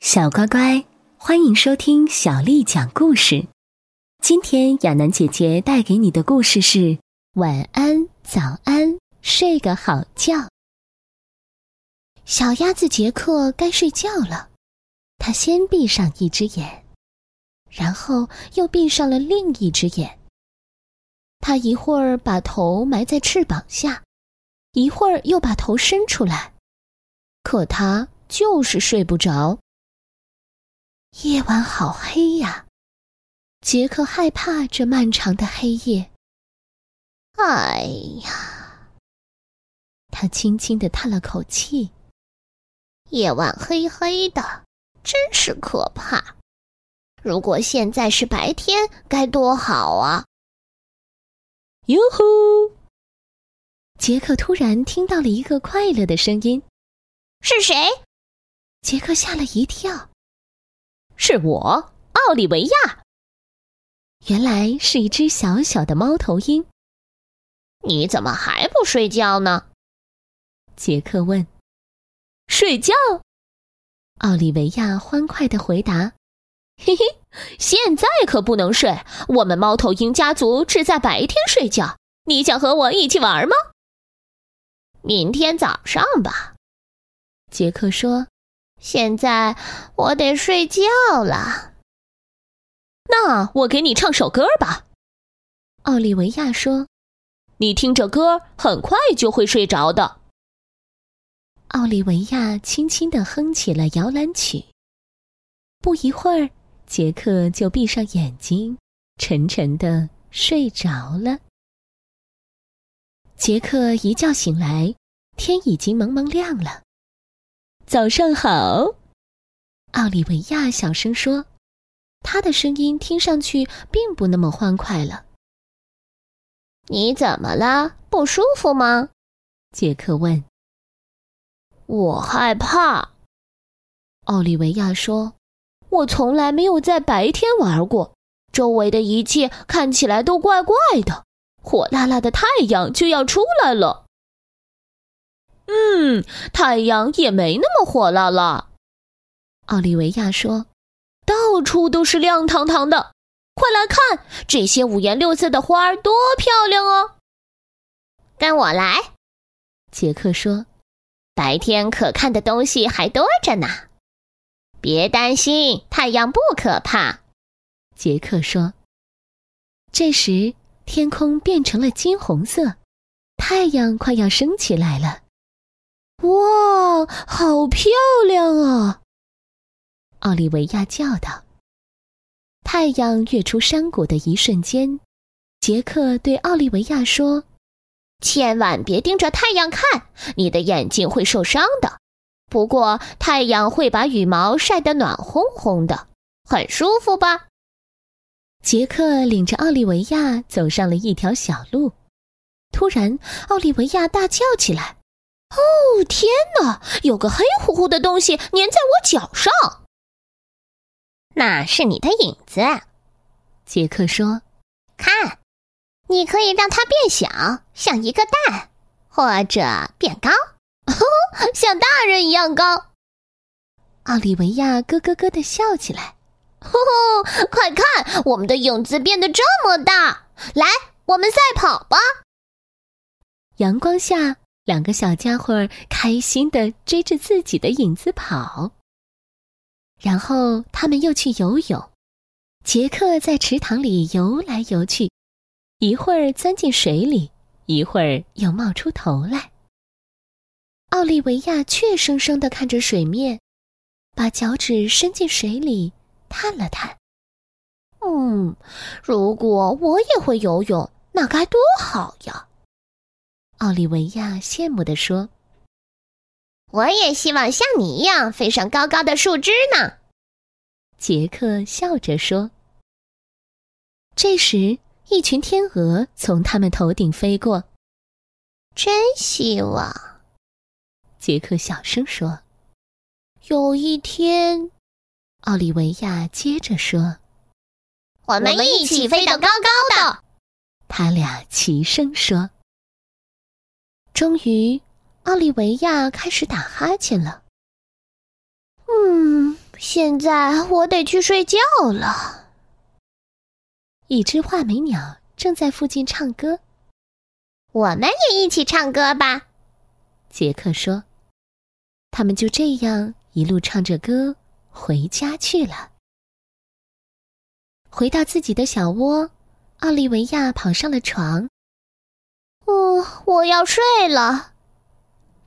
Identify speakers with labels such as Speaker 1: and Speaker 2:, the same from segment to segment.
Speaker 1: 小乖乖，欢迎收听小丽讲故事。今天亚楠姐姐带给你的故事是《晚安，早安，睡个好觉》。
Speaker 2: 小鸭子杰克该睡觉了，他先闭上一只眼，然后又闭上了另一只眼。他一会儿把头埋在翅膀下，一会儿又把头伸出来，可他就是睡不着。夜晚好黑呀，杰克害怕这漫长的黑夜。哎呀，他轻轻的叹了口气。
Speaker 3: 夜晚黑黑的，真是可怕。如果现在是白天，该多好啊！
Speaker 2: 哟呼！
Speaker 1: 杰克突然听到了一个快乐的声音，
Speaker 3: 是谁？
Speaker 2: 杰克吓了一跳。
Speaker 1: 是我，奥利维亚。原来是一只小小的猫头鹰。
Speaker 3: 你怎么还不睡觉呢？
Speaker 1: 杰克问。睡觉？奥利维亚欢快的回答。
Speaker 3: 嘿嘿，现在可不能睡。我们猫头鹰家族只在白天睡觉。你想和我一起玩吗？明天早上吧。
Speaker 1: 杰克说。
Speaker 3: 现在我得睡觉了。
Speaker 1: 那我给你唱首歌吧，奥利维亚说：“
Speaker 3: 你听着歌，很快就会睡着的。”
Speaker 1: 奥利维亚轻轻的哼起了摇篮曲。不一会儿，杰克就闭上眼睛，沉沉的睡着了。杰克一觉醒来，天已经蒙蒙亮了。早上好，奥利维亚小声说，她的声音听上去并不那么欢快了。
Speaker 3: 你怎么了？不舒服吗？
Speaker 1: 杰克问。
Speaker 3: 我害怕，
Speaker 1: 奥利维亚说。
Speaker 3: 我从来没有在白天玩过，周围的一切看起来都怪怪的，火辣辣的太阳就要出来了。嗯，太阳也没那么火辣了。
Speaker 1: 奥利维亚说：“
Speaker 3: 到处都是亮堂堂的，快来看这些五颜六色的花儿，多漂亮哦！”
Speaker 4: 跟我来，
Speaker 1: 杰克说：“
Speaker 4: 白天可看的东西还多着呢，别担心，太阳不可怕。”
Speaker 1: 杰克说。这时，天空变成了金红色，太阳快要升起来了。
Speaker 3: 哇，好漂亮
Speaker 1: 哦
Speaker 3: 啊！
Speaker 1: 奥利维亚叫道。太阳跃出山谷的一瞬间，杰克对奥利维亚说：“
Speaker 4: 千万别盯着太阳看，你的眼睛会受伤的。不过太阳会把羽毛晒得暖烘烘的，很舒服吧？”
Speaker 1: 杰克领着奥利维亚走上了一条小路，突然，奥利维亚大叫起来。
Speaker 3: 哦天哪！有个黑乎乎的东西粘在我脚上，
Speaker 4: 那是你的影子。
Speaker 1: 杰克说：“
Speaker 4: 看，你可以让它变小，像一个蛋，或者变高，
Speaker 3: 像大人一样高。”
Speaker 1: 奥利维亚咯咯咯的笑起来。
Speaker 3: 吼吼！ 快看，我们的影子变得这么大！来，我们赛跑吧！
Speaker 1: 阳光下。两个小家伙开心的追着自己的影子跑，然后他们又去游泳。杰克在池塘里游来游去，一会儿钻进水里，一会儿又冒出头来。奥利维亚怯生生的看着水面，把脚趾伸进水里，探了探。
Speaker 3: 嗯，如果我也会游泳，那该多好呀！
Speaker 1: 奥利维亚羡慕地说：“
Speaker 4: 我也希望像你一样飞上高高的树枝呢。”
Speaker 1: 杰克笑着说。这时，一群天鹅从他们头顶飞过。
Speaker 3: 真希望，
Speaker 1: 杰克小声说：“
Speaker 3: 有一天。”
Speaker 1: 奥利维亚接着说：“
Speaker 4: 我们一起飞到高高的。”
Speaker 1: 他俩齐声说。终于，奥利维亚开始打哈欠了。
Speaker 3: 嗯，
Speaker 4: 现在我得去睡觉了。
Speaker 1: 一只画眉鸟正在附近唱歌，
Speaker 4: 我们也一起唱歌吧。
Speaker 1: 杰克说：“他们就这样一路唱着歌回家去了。”回到自己的小窝，奥利维亚跑上了床。
Speaker 4: 哦，我要睡了。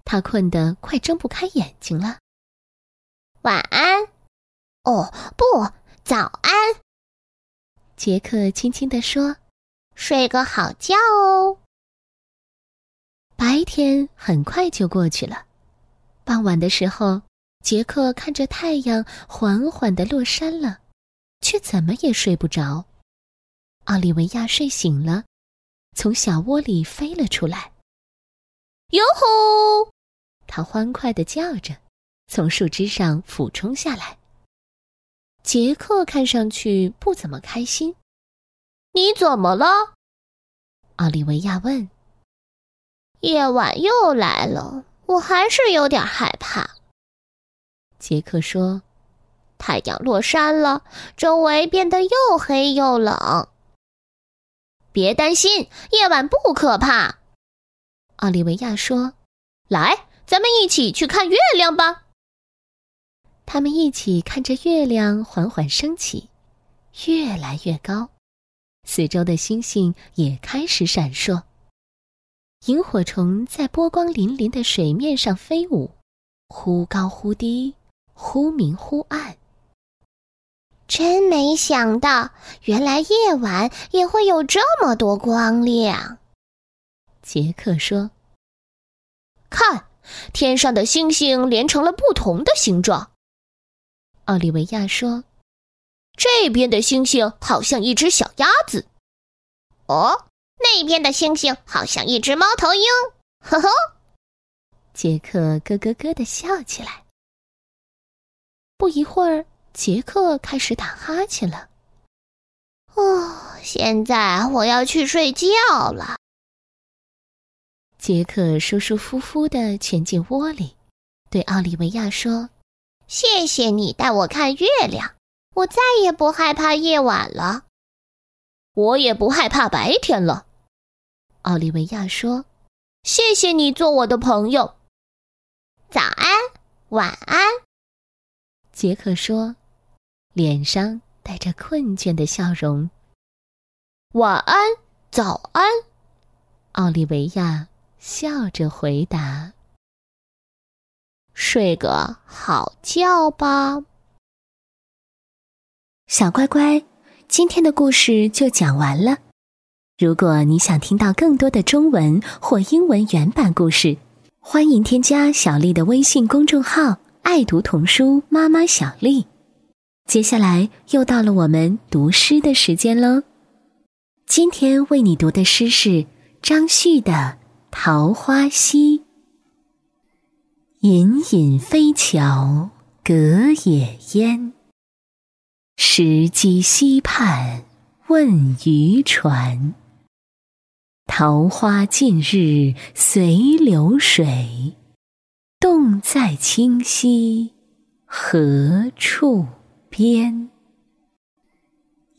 Speaker 1: 他困得快睁不开眼睛了。
Speaker 4: 晚安。哦，不，早安。
Speaker 1: 杰克轻轻地说：“
Speaker 4: 睡个好觉哦。”
Speaker 1: 白天很快就过去了，傍晚的时候，杰克看着太阳缓缓的落山了，却怎么也睡不着。奥利维亚睡醒了，从小窝里飞了出来。
Speaker 3: 哟吼！
Speaker 1: 他欢快的叫着，从树枝上俯冲下来。杰克看上去不怎么开心。
Speaker 3: 你怎么了？
Speaker 1: 奥利维亚问。
Speaker 4: 夜晚又来了，我还是有点害怕。
Speaker 1: 杰克说：“
Speaker 4: 太阳落山了，周围变得又黑又冷。”
Speaker 3: 别担心，夜晚不可怕。
Speaker 1: 奥利维亚说：“
Speaker 3: 来，咱们一起去看月亮吧。”
Speaker 1: 他们一起看着月亮缓缓升起，越来越高，四周的星星也开始闪烁。萤火虫在波光粼粼的水面上飞舞，忽高忽低，忽明忽暗。
Speaker 4: 真没想到，原来夜晚也会有这么多光亮。
Speaker 1: 杰克说：“
Speaker 3: 看，天上的星星连成了不同的形状。”
Speaker 1: 奥利维亚说：“
Speaker 3: 这边的星星好像一只小鸭子。”
Speaker 4: 哦。那边的星星好像一只猫头鹰，呵呵。
Speaker 1: 杰克咯咯咯的笑起来。不一会儿，杰克开始打哈欠了。
Speaker 4: 哦，现在我要去睡觉了。
Speaker 1: 杰克舒舒服服的蜷进窝里，对奥利维亚说：“
Speaker 4: 谢谢你带我看月亮，我再也不害怕夜晚了。”
Speaker 3: 我也不害怕白天了，
Speaker 1: 奥利维亚说：“
Speaker 3: 谢谢你做我的朋友。”
Speaker 4: 早安，晚安，
Speaker 1: 杰克说，脸上带着困倦的笑容。
Speaker 3: 晚安，早安，
Speaker 1: 奥利维亚笑着回答：“
Speaker 4: 睡个好觉吧，
Speaker 2: 小乖乖。”今天的故事就讲完了。如果你想听到更多的中文或英文原版故事，欢迎添加小丽的微信公众号“爱读童书妈妈小丽”。接下来又到了我们读诗的时间喽。今天为你读的诗是张旭的《桃花溪》。隐隐飞桥隔野烟。石矶西畔问渔船，桃花尽日随流水。洞在清溪何处边？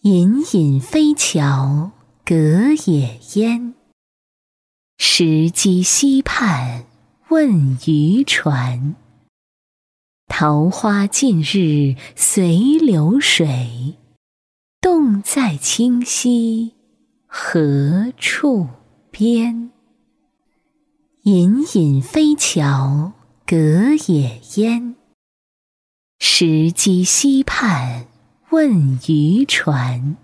Speaker 2: 隐隐飞桥隔野烟。石矶西畔问渔船。桃花尽日随流水，洞在清溪何处边？隐隐飞桥隔野烟。石矶西畔问渔船。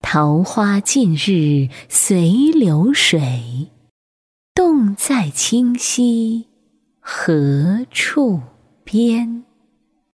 Speaker 2: 桃花尽日随流水，洞在清溪何处？边。